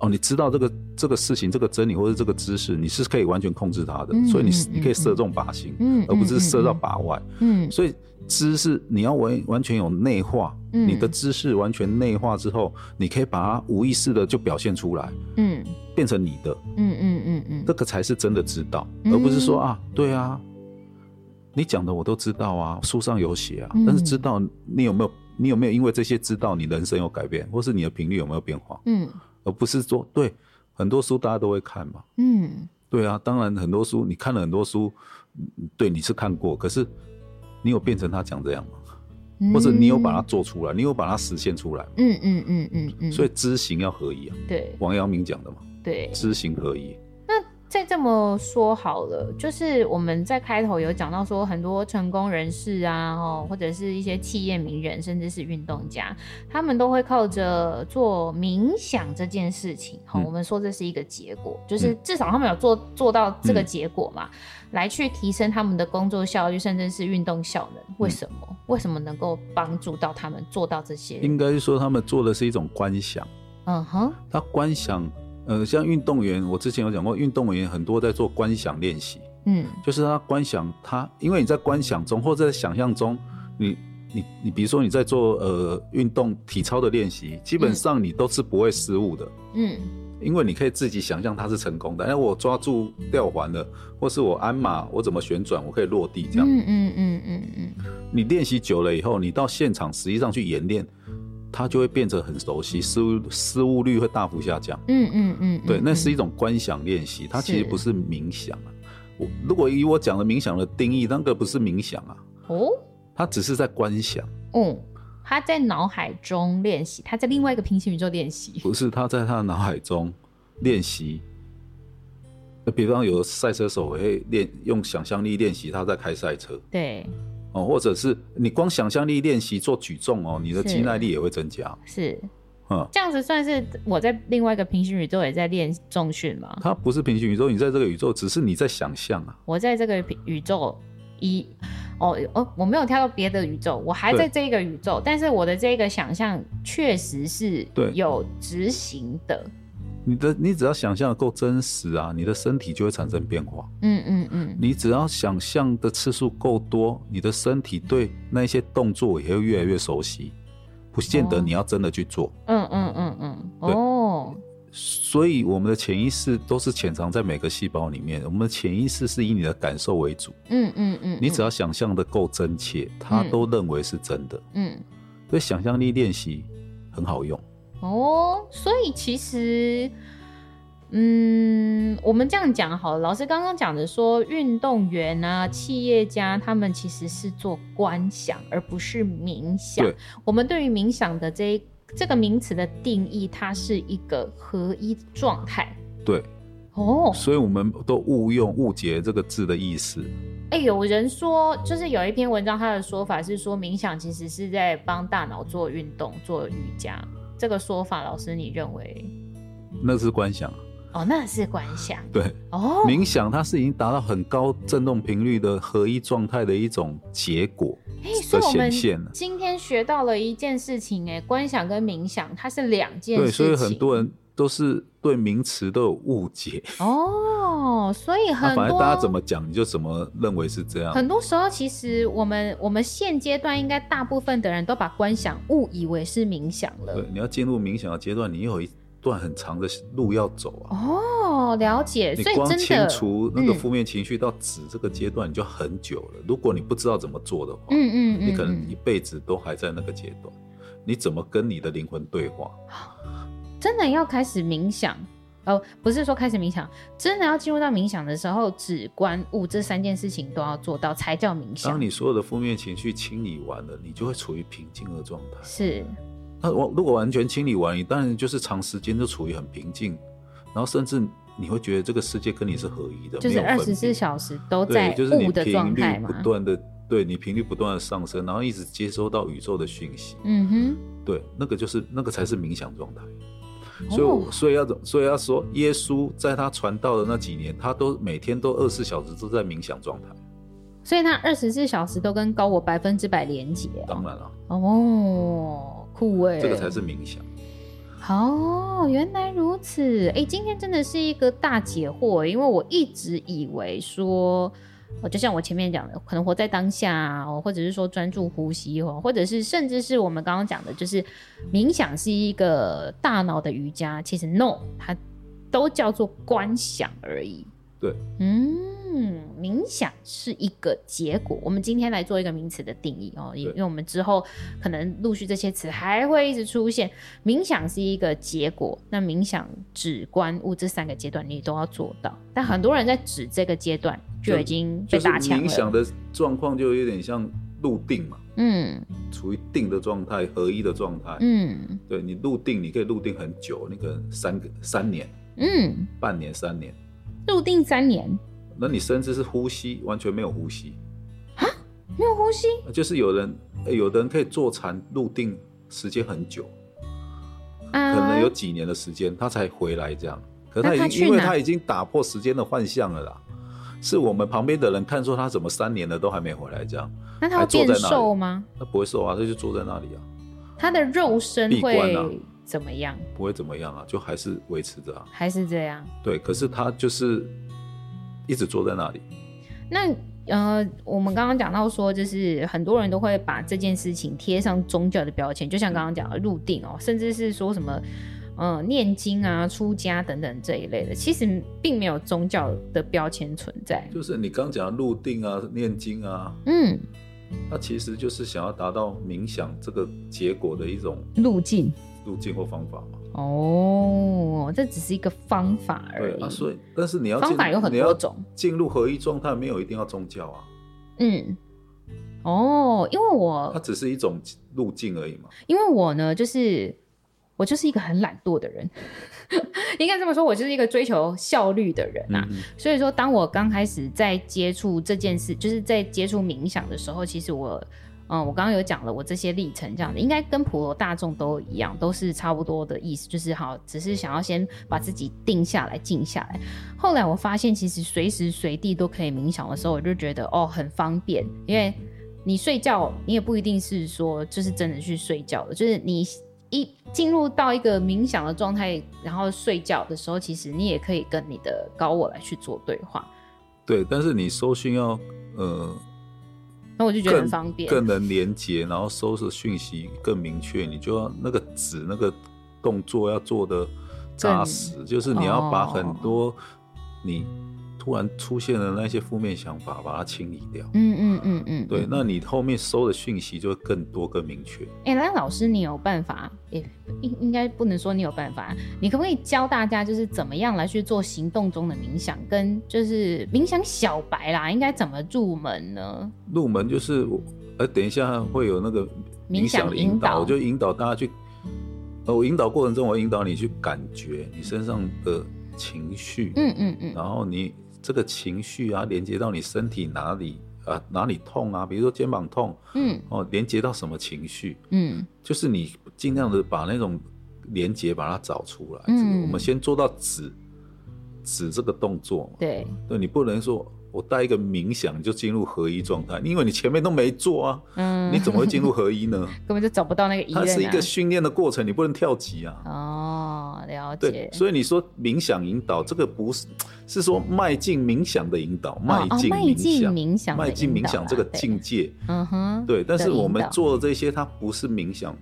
B: 哦，你知道这个这个事情、这个真理或者这个知识，你是可以完全控制它的，
A: 嗯
B: 所以你
A: 嗯
B: 你可以射
A: 嗯
B: 中靶心，
A: 嗯
B: 而不
A: 嗯
B: 是射到
A: 嗯
B: 靶外。
A: 嗯
B: 所以知识你要完完全有内化，
A: 嗯
B: 你的知识完全内化之后，你可以把它无意识的就表现出来，
A: 嗯
B: 变成你的，
A: 嗯嗯嗯
B: 这个才是真的知道，
A: 嗯
B: 而不是说啊，对啊，你讲的我都知道啊，书上有写啊，
A: 嗯
B: 但是知道你有没有，你有没有因为这些知道你人生有改变，或是你的频率有没有变化，
A: 嗯
B: 而不是说对很多书大家都会看嘛，
A: 嗯
B: 对啊，当然很多书你看了很多书，嗯对你是看过，可是你有变成他讲这样吗？
A: 嗯，
B: 或者你有把它，做出来，你有把它实现出来吗，
A: 嗯嗯嗯嗯嗯，
B: 所
A: 以
B: 以知行要合一啊，
A: 对
B: 王阳明讲的嘛，
A: 对，
B: 知行合一，
A: 再这么说好了，就是我们在开头有讲到说，很多成功人士啊，哦，或者是一些企业名人，甚至是运动家，他们都会靠着做冥想这件事情，哈、
B: 嗯
A: 我们说这是一个结果，就是至少他们有做做到这个结果嘛，来去提升他们的工作效率，甚至是运动效
B: 嗯
A: 能。为什么？为什么能够帮助到他们做到这些？
B: 应该是说他们做的是一种观想。
A: 嗯哼，
B: 他观想，呃，像运动员，我之前有讲过，运动员很多在做观想练习，
A: 嗯
B: 就是他观想他，因为你在观想中或者在想象中，你你你，比如说你在做呃运动体操的练习，基本上你都是不会失误的。
A: 嗯
B: 因为你可以自己想象它是成功的，哎，我抓住吊环了，或是我鞍马，我怎么旋转，我可以落地这样。
A: 嗯嗯嗯嗯嗯，
B: 你练习久了以后，你到现场实际上去演练，它就会变得很熟悉，失误失误率会大幅下降。
A: 嗯嗯嗯，
B: 对，那是一
A: 一
B: 种观想练习，它其实
A: 是
B: 不是冥想啊。我如果以我讲的冥想的定义，那个不是冥想啊，
A: 哦。
B: 它只是在观想，
A: 嗯，他在脑海中练习，他在另外一个平行宇宙练习。
B: 不是他在他的脑海中练习。那比方有的赛车手会练用想象力练习他在开赛车
A: 对，
B: 哦，或者是你光想象力练习做举重哦，你的
A: 是
B: 肌耐力也会增加。
A: 是
B: 嗯，
A: 这样子，算是我在另外一个平行宇宙也在练重训吗？
B: 它不是平行宇宙，你在这个宇宙只是你在想象啊。
A: 我在这个平宇宙一哦哦，我没有跳到别的宇宙，我还
B: 对
A: 在这个宇宙，但是我的这个想象确实是
B: 嗯对
A: 有执行的。
B: 你的你只要想象得够真实啊，你的身体就会产生变化。
A: 嗯嗯嗯，
B: 你只要想象的次数够多，你的身体对那一些动作也会越来越熟悉，不见得
A: 哦
B: 你要真的去做。
A: 嗯嗯嗯嗯，
B: 对
A: 哦，
B: 所以我们的潜意识都是潜藏在每个细胞里面，我们的潜意识是以你的感受为主，
A: 嗯嗯嗯，
B: 你只
A: 要
B: 要想象的够真切，他
A: 嗯
B: 都认为是真的。
A: 嗯
B: 所以想象力练习很好用。
A: 哦，所以其实，嗯，我们这样讲好了，老师刚刚讲的说，运动员啊、企业家他们其实是做观想，而不是冥想
B: 对。
A: 我们对于冥想的这一这个名词的定义，它是一个合一状态。
B: 对，
A: 哦，
B: 所以我们都误用误解这个字的意思。
A: 哎、有人说，就是有一篇文章，他的说法是说，冥想其实是在帮大脑做运动、做瑜伽。这个说法，老师你认为？
B: 那是观想啊，
A: 哦，那是观想
B: 对，
A: 哦，
B: 冥想它是已经达到很高振动频率的合一状态的一种结果
A: 哎、所以
B: 的
A: 我
B: 显
A: 们
B: 现啊。
A: 今天学到了一件事情、哎，观想跟冥想它是两件事
B: 对，
A: 情，
B: 所以很多人都是对名词都有误
A: <laughs>
B: 解，
A: 哦，所以
B: 那
A: 很
B: 啊
A: 多
B: 反正大家怎么讲，你就怎么认为是这样。
A: 很多时候，其实我们我们现阶段应该大部分的人都把观想误以为是冥想了
B: 对，。你要进入冥想的阶段，你有一段很长的路要走啊。
A: 哦，了解，
B: 你
A: 所以
B: 光
A: 真
B: 清
A: 的，
B: 除那个
A: 嗯
B: 负面情绪到止这个阶段，你就很久了。如果你不知道怎么做的话，
A: 嗯嗯嗯，
B: 你可能
A: 嗯
B: 一辈子都还在那个阶段。你怎么跟你的灵魂对话？
A: 真的要开始冥想，哦，不是说开始冥想，真的要进入到冥想的时候，止观悟这三件事情都要做到，才叫冥
B: 当
A: 想。
B: 你所有的负面情绪清理完了，你就会处于平静的状态。
A: 是，
B: 那我如果完全清理完，你当然就是长时间就处于很平静，然后甚至你会觉得这个世界跟你是合一的，
A: 就是
B: 没有
A: 二
B: 分
A: 十
B: 别
A: 四小时都在
B: 对，就是你
A: 悟的状
B: 频率
A: 态
B: 不
A: 嘛。
B: 断的，对你频率不断的上升，然后一直接收到宇宙的讯息，
A: 嗯哼，
B: 对，那个就是那个才是冥想状态。
A: 哦
B: 所以我，所以要怎，所以要说，耶稣在他传道的那几年，他都每天都二十四小时都在冥想状态。
A: 哦所以他二十四小时都跟高我百分之百连接
B: 当然了，
A: 哦，酷哎、
B: 这个才是冥想。
A: 哦，原来如此。哎，今天真的是一个大解惑，欸因为我一直以为说，哦，就像我前面讲的，可能活在当下啊、哦，或者是说专注呼吸哦，或者是甚至是我们刚刚讲的，就是冥想是一个大脑的瑜伽。其实 no，它都叫做观想而已。
B: 对，
A: 嗯，冥想是一个结果。我们今天来做一个名词的定义哦，因
B: 对
A: 因为我们之后可能陆续这些词还会一直出现。冥想是一个结果，那冥想、止观悟这三个阶段你都要做到。但很多人在止这个阶段就
B: 就
A: 已经被
B: 就是
A: 打枪
B: 冥想
A: 了。
B: 的状况就有点像入定嘛，
A: 嗯
B: 处于定的状态、合一的状态。
A: 嗯
B: 对你入定，你可以入定很久，那个三个三年、
A: 嗯，
B: 半年、三年，
A: 入定三年
B: 那你甚至是呼吸完全没有呼吸，啊
A: 没有呼吸，
B: 就是有人呃有的人可以坐禅入定时间很久，
A: 啊，
B: 可能有几年的时间他才回来这样，可是
A: 那他
B: 他已
A: 去
B: 经因为
A: 哪
B: 他已经打破时间的幻象了啦。是我们旁边的人看说他怎么三年了都还没回来这样，
A: 那他会
B: 还坐在
A: 变
B: 那里
A: 瘦吗？
B: 他不会瘦啊，他就坐在那里啊，
A: 他的肉身
B: 闭关啊
A: 会怎么样？
B: 不会怎么样啊，就还是维持着啊。
A: 还是这样？
B: 对，可是他就是一直坐在那里，
A: 那呃，我们刚刚讲到说，就是很多人都会把这件事情贴上宗教的标签，就像刚刚讲的入定哦，甚至是说什么。呃，念经啊、出家等等这一类的，其实并没有宗教的标签存在。
B: 就是你刚讲的入定啊、念经啊，
A: 嗯，
B: 他其实就是想要达到冥想这个结果的一种
A: 路径
B: 路径或方法嘛。
A: 哦，这只是一个方法而
B: 对
A: 已。
B: 啊，所以但是你要进
A: 方法有很
B: 你要
A: 多种。
B: 进入合一状态，没有一定要宗教啊，
A: 嗯，哦，因为我
B: 它只是一种路径而已嘛。
A: 因为我呢，就是我就是一个很懒惰的人， <laughs> 应该这么说，我就是一个追求效率的人啊。
B: 嗯
A: 所以说，当我刚开始在接触这件事，就是在接触冥想的时候，其实我嗯，我刚刚有讲了我这些历程，这样的应该跟普罗大众都一样，都是差不多的意思，就是好，只是想要先把自己定下来、静下来。后来我发现，其实随时随地都可以冥想的时候，我就觉得哦，很方便，因为你睡觉，你也不一定是说就是真的去睡觉的，就是你一进入到一个冥想的状态，然后睡觉的时候，其实你也可以跟你的高我来去做对话。
B: 对，但是你搜寻要呃
A: 那我就觉得很
B: 更
A: 方便，
B: 更能连接，然后收拾讯息更明确，你就要那个指那个动作要做的扎实，就是你要把很
A: 哦
B: 多你突然出现的那些负面想法把它清理掉。
A: 嗯嗯嗯嗯，
B: 对，
A: 嗯
B: 那你后面收的讯息就会更多、更明确。
A: 哎、那老师，你有办法？也、应应该不能说你有办法，你可不可以教大家，就是怎么样来去做行动中的冥想，跟就是冥想小白啦，应该怎么入门呢？
B: 入门就是我，呃，等一下会有那个
A: 冥
B: 冥
A: 想
B: 想的
A: 引
B: 引
A: 导
B: 导，我就引导大家去。呃，我引导过程中，我引导你去感觉你身上的情绪，
A: 嗯嗯嗯，
B: 然后你这个情绪啊，连接到你身体哪里啊，哪里痛啊，比如说肩膀痛
A: 嗯
B: 哦，连接到什么情绪，
A: 嗯
B: 就是你尽量的把那种连接把它找出来。
A: 嗯
B: 我们先做到指指这个动作嘛，
A: 对，
B: 对你不能说我带一个冥想就进入合一状态，因为你前面都没做啊，
A: 嗯，
B: 你怎么会进入合
A: <laughs>
B: 一呢？
A: 根本就找不到那个疑
B: 它
A: 问、啊。
B: 是一个训练的过程，你不能跳级啊。
A: 哦，了
B: 对
A: 解，。
B: 所以你说冥想引导，这个不是是说迈进冥想的引导，迈进
A: 嗯哦、迈进
B: 冥
A: 冥想
B: 想，
A: 的
B: 迈进冥
A: 引导
B: 想
A: 啦
B: 这个
A: 对
B: 境界，
A: 嗯哼，
B: 对。但
A: 的
B: 是我
A: 引
B: 们
A: 导
B: 做的这些，它不是冥想，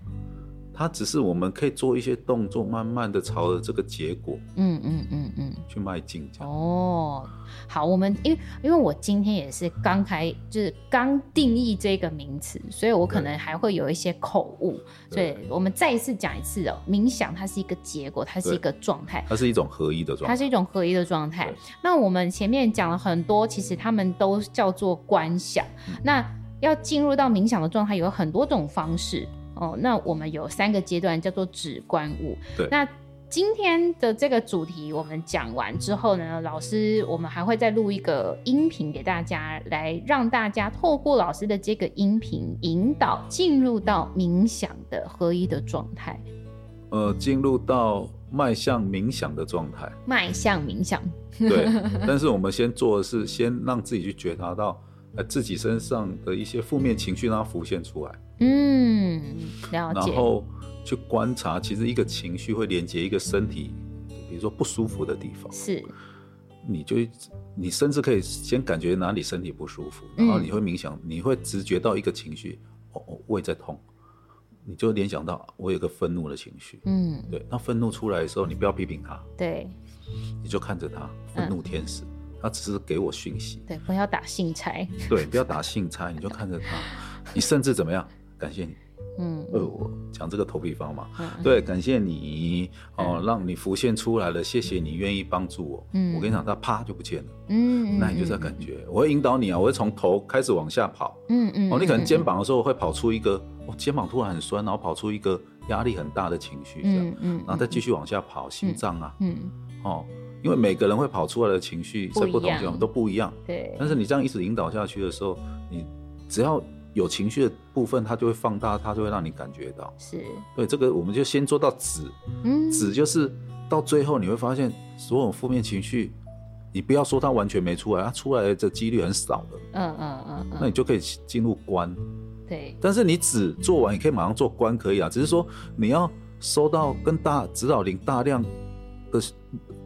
B: 它只是我们可以做一些动作，慢慢的朝着这个结果
A: 嗯嗯嗯嗯。
B: 去迈进，这样。
A: 哦，好，我们因为因为我今天也是刚开，就是刚定义这个名词，所以我可
B: 对
A: 能还会有一些口误，所以
B: 对
A: 我们再一次讲一次哦，冥想它是一个结果，它是一
B: 对
A: 个状态。
B: 它是一种合一的状
A: 它
B: 态。
A: 是一种合一的状态
B: 对。
A: 那我们前面讲了很多，其实他们都叫做观想。
B: 嗯
A: 那要进入到冥想的状态，有很多种方式哦。那我们有三个阶段，叫做止观物。
B: 对
A: 那今天的这个主题我们讲完之后呢，老师我们还会再录一个音频给大家，来让大家透过老师的这个音频引导进入到冥想的合一的状态，
B: 呃，进入到迈向冥想的状态。
A: 迈向冥想。 <laughs>
B: 对，但是我们先做的是先让自己去觉察到，呃，自己身上的一些负面情绪让它浮现出来，
A: 嗯，了
B: 然
A: 解。
B: 后去观察，其实一个情绪会连接一个身体，比如说不舒服的地方，
A: 是，
B: 你就你甚至可以先感觉哪里身体不舒服，
A: 嗯
B: 然后你会冥想，你会直觉到一个情绪，哦哦，胃在痛，你就联想到我有个愤怒的情绪。
A: 嗯，
B: 对，那愤怒出来的时候，你不要批评他，
A: 对
B: 你就看着他，
A: 嗯
B: 愤怒天使，他只是给我讯息，
A: <laughs> 对，不要打性差，
B: 对，不要打信差，你就看着
A: <laughs>
B: 他，你甚至怎么样？感谢你，
A: 嗯，
B: 呃，我讲这个头皮方嘛，
A: 嗯，
B: 对，感谢你哦，让你浮现出来了，谢谢你愿意帮助我。
A: 嗯
B: 我跟你讲，他啪就不见了，
A: 嗯，
B: 那你就在感觉，我会引导你啊，我会从头开始往下跑。
A: 嗯，嗯嗯，
B: 哦，你可能肩
A: 膀，
B: 膀的时候会跑出一个，哦，肩膀突然很酸，然后跑出一个压力很大的情绪，这样，
A: 嗯嗯，
B: 然后再继续往下跑，心脏啊，
A: 嗯，
B: 哦，因为每个人会跑出来的情绪在
A: 不
B: 不
A: 一
B: 同
A: 样
B: 地方都不一样。
A: 对，
B: 但是你这样一直引导下去的时候，你只要有情绪的部分，它就会放大，它就会让你感觉到。
A: 是，
B: 对，这个我们就先做到止，
A: 嗯，
B: 止就是到最后你会发现，所有负面情绪，你不要说它完全没出来，它出来的几率很少的，
A: 嗯嗯嗯
B: 那
A: 嗯，
B: 你就可以进入观。
A: 对，
B: 但是你止做完，你可以马上做观可以啊，只是说你要收到跟大指导灵大量的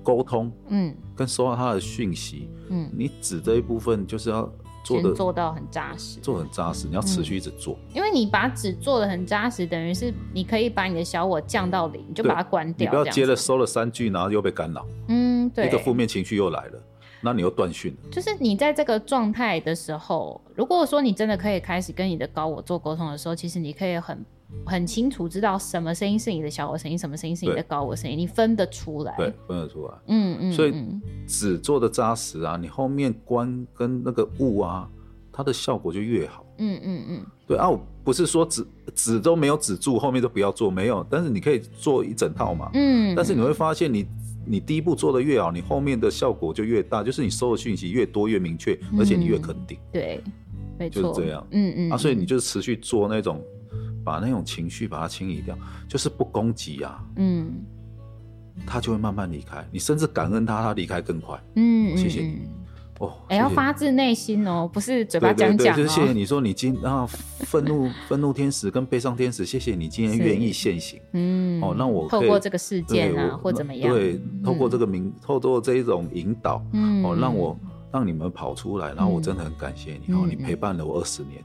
B: 沟通，
A: 嗯
B: 跟收到他的讯息，
A: 嗯，
B: 你止这一部分就是要做
A: 先
B: 的
A: 做到很嗯扎实，
B: 做得很扎实，你要持续一直做。
A: 因为你把纸做的很扎实，等于是你可以把你的小我降到零，就
B: 对
A: 把它关
B: 你
A: 掉，
B: 不要接了，收了三句，然后又被干扰，
A: 嗯，对，
B: 一个负面情绪又来了，那你又断讯了。
A: 就是你在这个状态的时候，如果说你真的可以开始跟你的高我做沟通的时候，其实你可以很很清楚知道什么声音是你的小我声音，什么声音是你的
B: 对
A: 高我声音，你分得出来。
B: 对，，分得出来。
A: 嗯嗯，
B: 所以
A: 嗯
B: 只做的扎实啊，你后面观跟那个物啊，它的效果就越好。
A: 嗯嗯嗯，
B: 对啊，我不是说止止都没有止住，后面都不要做，没有，但是你可以做一整套嘛。
A: 嗯
B: 但是你会发现你，你第一步做的越好，你后面的效果就越大，就是你收的讯息越多越明确，而且你越肯定。
A: 对，没
B: 就
A: 错，
B: 是这样
A: 嗯嗯
B: 啊，所以你就持续做那种，把那种情绪把它清理掉，就是不攻击啊，
A: 嗯
B: 他就会慢慢离开。你甚至感恩他，他离开更快。
A: 嗯，嗯
B: 谢谢。
A: 嗯
B: 哦，
A: 哎，要
B: 谢谢
A: 发自内心哦，不是嘴
B: 对
A: 巴
B: 对
A: 讲
B: 对，
A: 讲
B: 就是谢谢
A: 哦。
B: 你说你今啊愤
A: <laughs>
B: 怒愤怒天使跟悲伤天使，谢谢你今天
A: 是
B: 愿意现形。
A: 嗯，
B: 哦那我
A: 透
B: 可以
A: 过这个事
B: 对，
A: 件啊，
B: 我
A: 或
B: 那
A: 怎么样？
B: 对，透过这个名，透过这一种引导，
A: 嗯，
B: 哦，让我让你们跑出来，然后我真的很感谢你，哦，
A: 嗯
B: 你陪伴了我二十年，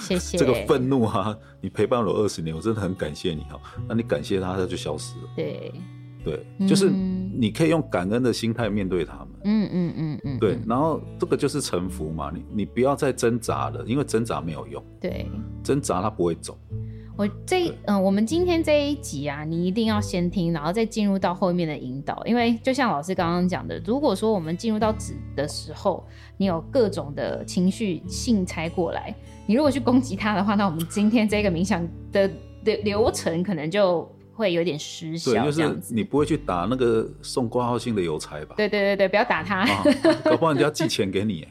A: 谢谢
B: <laughs> 这个愤怒啊，你陪伴了我二十年，我真的很感谢你哈。那你感谢他，他就消失了。
A: 对，
B: 对，就是
A: 嗯
B: 你可以用感恩的心态面对他们。
A: 嗯嗯嗯嗯，
B: 对，
A: 嗯
B: 然后这个就是臣服嘛，你你不要再挣扎了，因为挣扎没有用，
A: 对。
B: 挣扎他不会走。
A: 我这嗯
B: 对、嗯
A: 我们今天这一集啊，你一定要先听，然后再进入到后面的引导，因为就像老师刚刚讲的，如果说我们进入到止的时候，你有各种的情绪性拆过来，你如果去攻击他的话，那我们今天这个冥想的流流程可能就会有点失
B: 对，
A: 效，
B: 就
A: 这样
B: 是
A: 子。
B: 你不会去打那个送挂号信的邮差吧？
A: 对对对对，不要打他。
B: 啊，搞不好人家寄钱给你。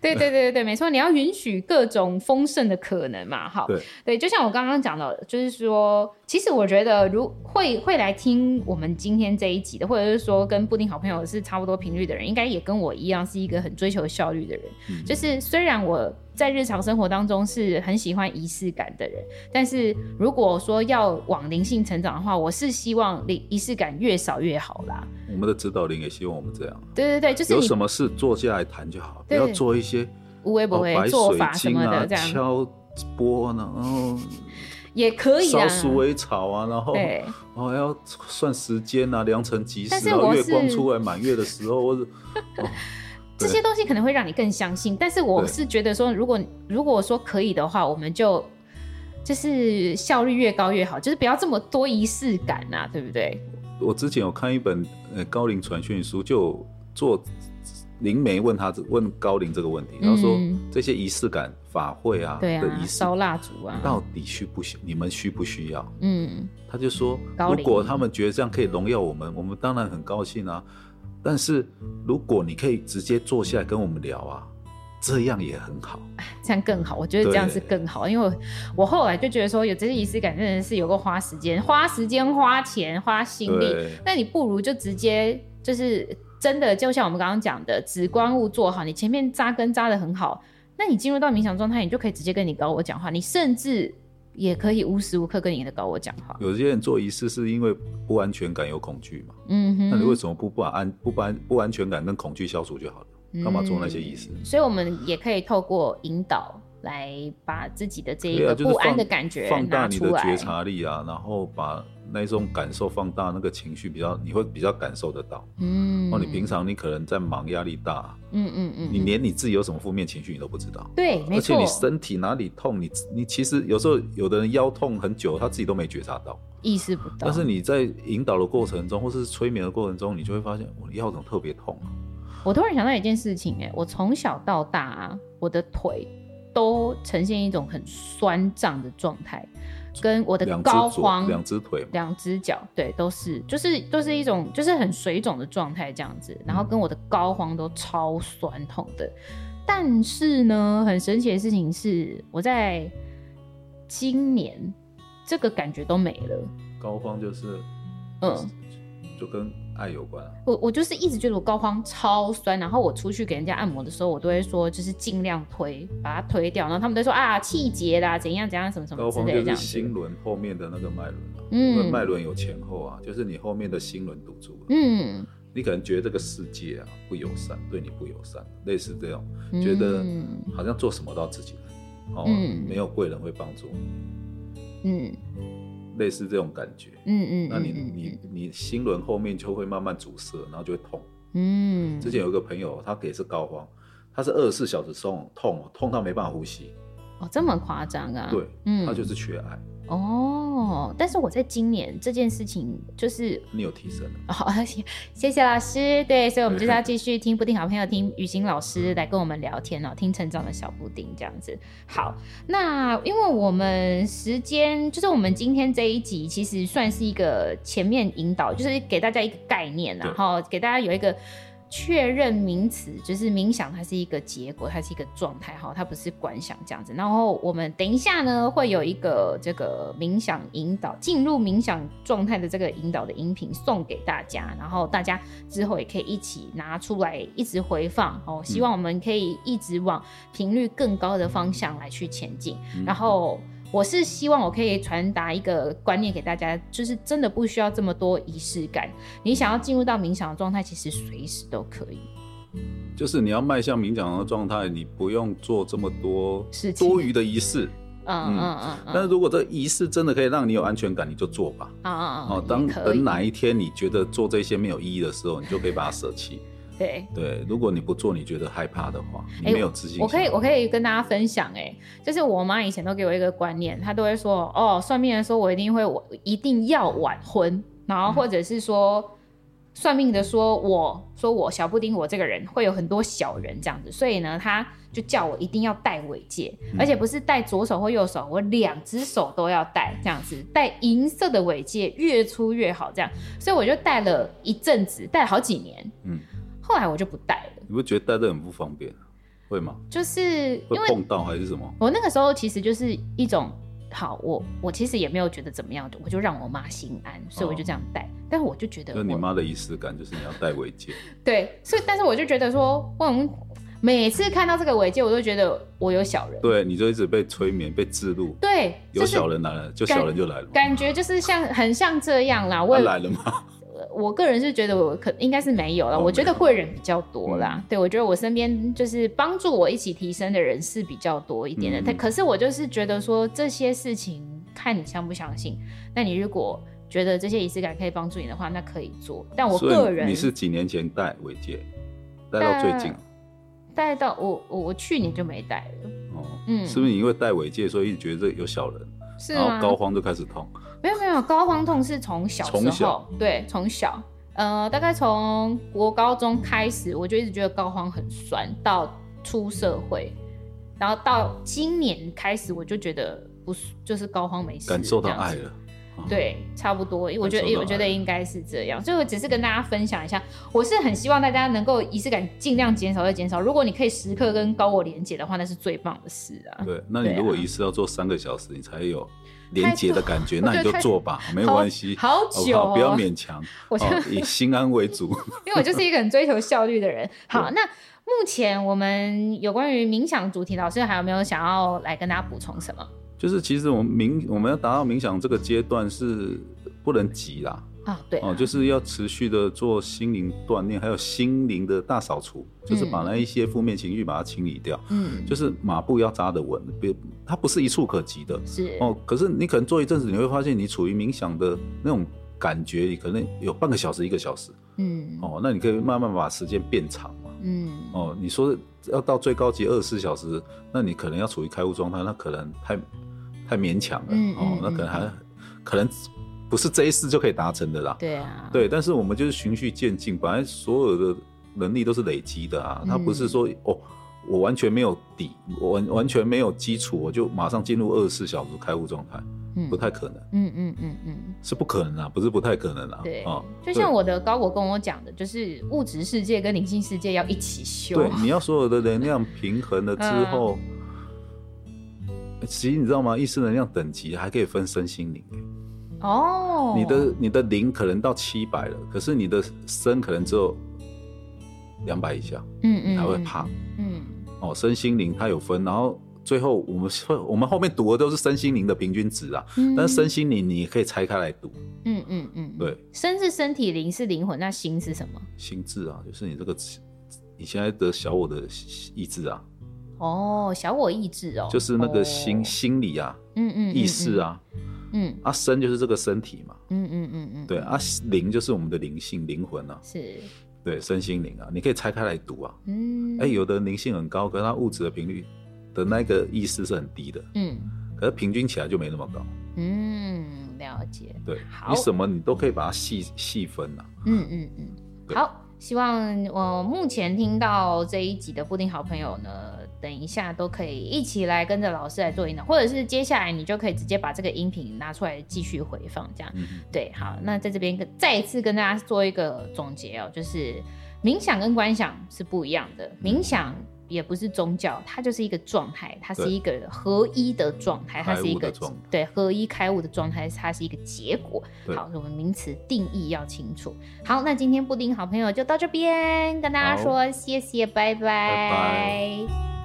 A: 对对对对对，没错，你要允许各种丰盛的可能嘛，好，
B: 对
A: 就像我刚刚讲的，就是说，其实我觉得如会会来听我们今天这一集的，或者是说跟布丁好朋友是差不多频率的人，应该也跟我一样是一个很追求效率的人。
B: 嗯
A: 就是虽然我在日常生活当中是很喜欢仪式感的人，但是如果说要往灵性成长的话，我是希望灵仪式感越少越好啦。
B: <laughs> 我们的指导灵也希望我们这样，
A: 对对对，就是
B: 有
A: 你
B: 什么事坐下来谈就好，不
A: 对
B: 要做一些
A: 无微不
B: 哦
A: 微、
B: 白
A: 做
B: 水
A: 法什
B: 晶
A: 么
B: 啊、
A: 的这样
B: 敲波呢，然后
A: 也可以啊
B: 烧
A: 啦。
B: 鼠尾草啊，然后
A: 对。
B: 哦要算时间啊，良辰吉
A: 但
B: 时，
A: 是
B: 然后
A: 我
B: 月光
A: 是
B: 出来满月的时候，或者哦
A: <laughs> 这
B: 对
A: 些东西可能会让你更相信，但是我
B: 对
A: 是觉得说，如果如果说可以的话，我们就就是效率越高越好，就是不要这么多仪式感啊，对不对？
B: 我之前有看一本呃高龄传讯书，就有做灵媒问他这问高龄这个问题，然后说
A: 嗯
B: 这些仪式感法会啊
A: 对
B: 的
A: 啊，
B: 仪式
A: 烧蜡烛啊，
B: 到底需不需你们需不需要？
A: 嗯，
B: 他就说，
A: 高
B: 如
A: 龄
B: 果他们觉得这样可以荣耀我们，我们当然很高兴啊。但是如果你可以直接坐下来跟我们聊啊，这样也很好。
A: 这样更好，我觉得
B: 对
A: 这样是更好，因为我我后来就觉得说，有这些仪式感真的是有个花时间、花时间、花钱、花心力，
B: 对
A: 那你不如就直接就是真的，就像我们刚刚讲的，止观物做好，你前面扎根扎的很好，那你进入到冥想状态，你就可以直接跟你高我讲话，你甚至也可以无时无刻跟你的高我讲话。
B: 有些人做仪式是因为不安全感有恐惧嘛，
A: 嗯哼，
B: 那你为什么不把安不把安不安全感跟恐惧消除就好了？干嘛做那些仪式？
A: 嗯所以我们也可以透过引导来把自己的这一
B: 对啊，
A: 个
B: 就是
A: 不安
B: 放
A: 的感觉
B: 放大
A: 拿
B: 你
A: 出
B: 的
A: 来。
B: 觉察力啊，然后把那种感受放大，那个情绪比较你会比较感受得到。
A: 嗯，
B: 哦，你平常你可能在忙，压力大，
A: 嗯嗯嗯，
B: 你
A: 嗯
B: 连你自己有什么负面情绪你都不知道。
A: 对，没
B: 而且
A: 错
B: 你，身体哪里痛，你你其实有时候有的人腰痛很久，他自己都没觉察到。
A: 意识不到。
B: 但是你在引导的过程中，或是催眠的过程中，你就会发现我的腰怎么特别痛啊？
A: 我突然想到一件事情、哎，我从小到大、啊，我的腿都呈现一种很酸胀的状态，跟我的
B: 两只
A: 膏
B: 左
A: 肓、
B: 两只腿嘛，
A: 两只脚，对，都是，就是都是一种，就是很水肿的状态这样子，然
B: 嗯
A: 后跟我的膏肓都超酸痛的。但是呢，很神奇的事情是，我在今年这个感觉都没了。
B: 高肓就是
A: 嗯，
B: 就跟爱有关啊。
A: 我我就是一直觉得我膏肓超酸，然后我出去给人家按摩的时候，我都会说就是尽量推，把它推掉，然后他们都说啊气结啦，怎样怎样，什么什么
B: 高
A: 嗯之
B: 肓
A: 类的这
B: 就是
A: 样
B: 心
A: 子。
B: 轮后面的那个脉轮啊，
A: 嗯
B: 因为脉轮有前后啊，就是你后面的心轮堵住了，
A: 嗯，
B: 你可能觉得这个世界啊不友善，对你不友善，类似这种，觉得
A: 嗯
B: 好像做什么都要自己来，哦，
A: 嗯
B: 没有贵人会帮助你，
A: 嗯
B: 类似这种感觉。
A: 嗯嗯，
B: 那你
A: 嗯
B: 你你心轮后面就会慢慢阻塞，然后就会痛。
A: 嗯
B: 之前有一个朋友，他也是膏肓，他是二十四小时痛痛痛到没办法呼吸，
A: 哦这么夸张啊？
B: 对，
A: 嗯
B: 他就是缺爱。
A: 哦，但是我在今年这件事情就是
B: 你有提升了，
A: <laughs> 好、谢谢谢老师。对，所以我们就是要继续听布丁好朋友听雨欣老师来跟我们聊天哦，听成长的小布丁这样子。好，那因为我们时间就是我们今天这一集其实算是一个前面引导，就是给大家一个概念啊，然
B: 对
A: 后给大家有一个。确认名词，就是冥想，它是一个结果，它是一个状态哈，它不是观想这样子。然后我们等一下呢，会有一个这个冥想引导进入冥想状态的这个引导的音频送给大家，然后大家之后也可以一起拿出来一直回放哦。希望我们可以一直往频率更高的方向来去前进，然后。我是希望我可以传达一个观念给大家，就是真的不需要这么多仪式感。你想要进入到冥想的状态，其实随时都可以。
B: 就是你要迈向冥想的状态，你不用做这么多
A: 事情
B: 多余的仪式。
A: 嗯
B: 嗯
A: 嗯嗯嗯，
B: 但是如果这仪式真的可以让你有安全感，你就做吧。
A: 啊啊啊
B: 哦，，当
A: 也可
B: 等
A: 以
B: 哪一天你觉得做这些没有意义的时候，你就可以把它舍弃。
A: 对。
B: 对，如果你不做，你觉得害怕的话，
A: 嗯哎
B: 你没有自信、
A: 我可以，我可以跟大家分享、欸，就是我妈以前都给我一个观念，她都会说，哦，算命的说我一定会，我一定要晚婚，然后或者是说，算命的说我说我小布丁，我这个人会有很多小人这样子，所以呢，他就叫我一定要戴尾戒，而且不是戴左手或右手，我两只手都要戴这样子，戴银色的尾戒越粗越好这样，所以我就戴了一阵子，戴了好几年，
B: 嗯，
A: 后来我就不戴了。
B: 你不觉得戴着很不方便？会吗？
A: 就是因
B: 会
A: 为
B: 碰到还是什么？
A: 我那个时候其实就是一种，好，我我其实也没有觉得怎么样，我就让我妈心安，所以我就这样戴。但是我就觉得
B: 就是你
A: 我，
B: 妈的仪式感，就是你要戴尾
A: <laughs>
B: 戒。
A: 对，所以但是我就觉得说，我好像每次看到这个尾戒，我都觉得我有小人，
B: 对，你就一直被催眠、被自入，
A: 对，
B: 有
A: 就是
B: 小人来了，就
A: 感
B: 小人就来了，
A: 感觉就是像很像这样啦。我
B: 他
A: 也
B: 来了吗？
A: 我个人是觉得我可应该是没有了，
B: 哦
A: 我觉
B: 没
A: 得
B: 有嗯
A: 贵人比较多啦。对，我觉得我身边就是帮助我一起提升的人是比较多一点的。
B: 嗯
A: 但可是我就是觉得说这些事情，看你相不相信。那你如果觉得这些仪式感可以帮助你的话，那可以做。但我
B: <laughs> 所以
A: 个人
B: 你是几年前戴尾戒，戴到最近
A: 带到我我我去年就没带了，
B: 哦，
A: 嗯啊
B: 是不是你因为戴尾戒，所以一直觉得有小人，
A: 是
B: 然
A: 吗？
B: 后膏肓就开始痛？
A: 没有没有，膏肓痛是从小时候，
B: 从小
A: 对，从小，呃，大概从国高中开始，我就一直觉得膏肓很酸，到出社会，然后到今年开始，我就觉得不是，就是膏肓没事，
B: 感受到
A: 这样子
B: 爱了，哦，
A: 对，差不多。我
B: 感
A: 觉
B: 受
A: 得，
B: 到
A: 我觉
B: 爱
A: 得应该是这样。所以我只是跟大家分享一下，我是很希望大家能够仪式感尽量减少，就减少。如果你可以时刻跟高我连接的话，那是最棒的事啊。
B: 对，那你
A: 对啊
B: 如果仪式要做三个小时，你才有连接的感觉，
A: 太多
B: 那你就做吧，没有
A: 好
B: 关系，
A: 好
B: 好不
A: 久、
B: 好？
A: 哦，
B: 不要勉强，
A: <laughs> 我
B: 哦
A: 就
B: 以心安为主。 <laughs>
A: 因为我就是一个很追求效率的人。好，那目前我们有关于冥想主题，老师还有没有想要来跟大家补充什么？
B: 就是其实我们冥我们要达到冥想这个阶段是不能急啦，
A: 啊，对啊
B: 哦，就是要持续的做心灵锻炼，还有心灵的大扫除，就是把那一些负面情绪把它清理掉。
A: 嗯，
B: 就是马步要扎得稳，别它不是一触可及的
A: 是
B: 哦。可是你可能做一阵子，你会发现你处于冥想的那种感觉，你可能有半个小时、一个小时
A: 嗯
B: 哦。那你可以慢慢把时间变长嘛。
A: 嗯
B: 哦，你说要到最高级二十四小时，那你可能要处于开悟状态，那可能太太勉强了、
A: 嗯
B: 哦
A: 嗯，
B: 那可能还、
A: 嗯
B: 可能不是这一次就可以达成的啦。
A: 对啊，
B: 对，但是我们就是循序渐进，本来所有的能力都是累积的啊，它不
A: 嗯
B: 是说、哦，我完全没有底，我完完全没有基础，我就马上进入二十四小时开悟状态，
A: 嗯
B: 不太可能，
A: 嗯嗯嗯嗯，
B: 是不可能啊，不是不太可能啊，
A: 对
B: 啊，，
A: 就像
B: 对
A: 我的高果跟我讲的，就是物质世界跟灵性世界要一起修
B: 对，，你要所有的能量平衡了
A: 嗯
B: 之后。其实你知道吗？意识能量等级还可以分身心灵、
A: 哦，
B: 你的你的灵可能到七百了，可是你的身可能只有两百以下，
A: 嗯
B: 你
A: 嗯
B: 还会怕。，
A: 嗯
B: 哦，身心灵它有分，然后最后我们会我们后面读的都是身心灵的平均值啊，
A: 嗯，
B: 但是身心灵你可以拆开来读，
A: 嗯嗯嗯，
B: 对，
A: 身是身体，灵是灵魂，那心是什么？
B: 心智啊，就是你这个你现在的小我的意志啊，
A: 哦，小我意志哦，
B: 就是那个心、
A: 哦
B: 心理啊、
A: 嗯嗯，嗯
B: 意识，啊，
A: 嗯
B: 啊身就是这个身体嘛，
A: 嗯嗯嗯嗯，
B: 对，啊灵就是我们的灵性灵魂啊，
A: 是，
B: 对，身心灵啊，你可以拆开来读啊，
A: 嗯，
B: 哎、，有的人灵性很高，可是他物质的频率的那个意识是很低的，
A: 嗯
B: 可是平均起来就没那么高，
A: 嗯，了解，
B: 对
A: 好
B: 你什么你都可以把它细细分啊。
A: 嗯嗯嗯，
B: 对
A: 好，希望我目前听到这一集的布丁好朋友呢，等一下都可以一起来跟着老师来做引导，或者是接下来你就可以直接把这个音频拿出来继续回放，这样。
B: 嗯哼
A: 对，好，那在这边跟再一次跟大家做一个总结哦，就是冥想跟观想是不一样的，
B: 嗯
A: 冥想也不是宗教，它就是一个状态，它是
B: 对
A: 一个合一的状态，它
B: 开
A: 是一
B: 悟的
A: 个
B: 状态
A: 对合一开悟的状态，它是一个结果。
B: 对
A: 好，我们名词定义要清楚。好，那今天布丁好朋友就到这边，跟大家
B: 好
A: 说谢谢，拜拜
B: 拜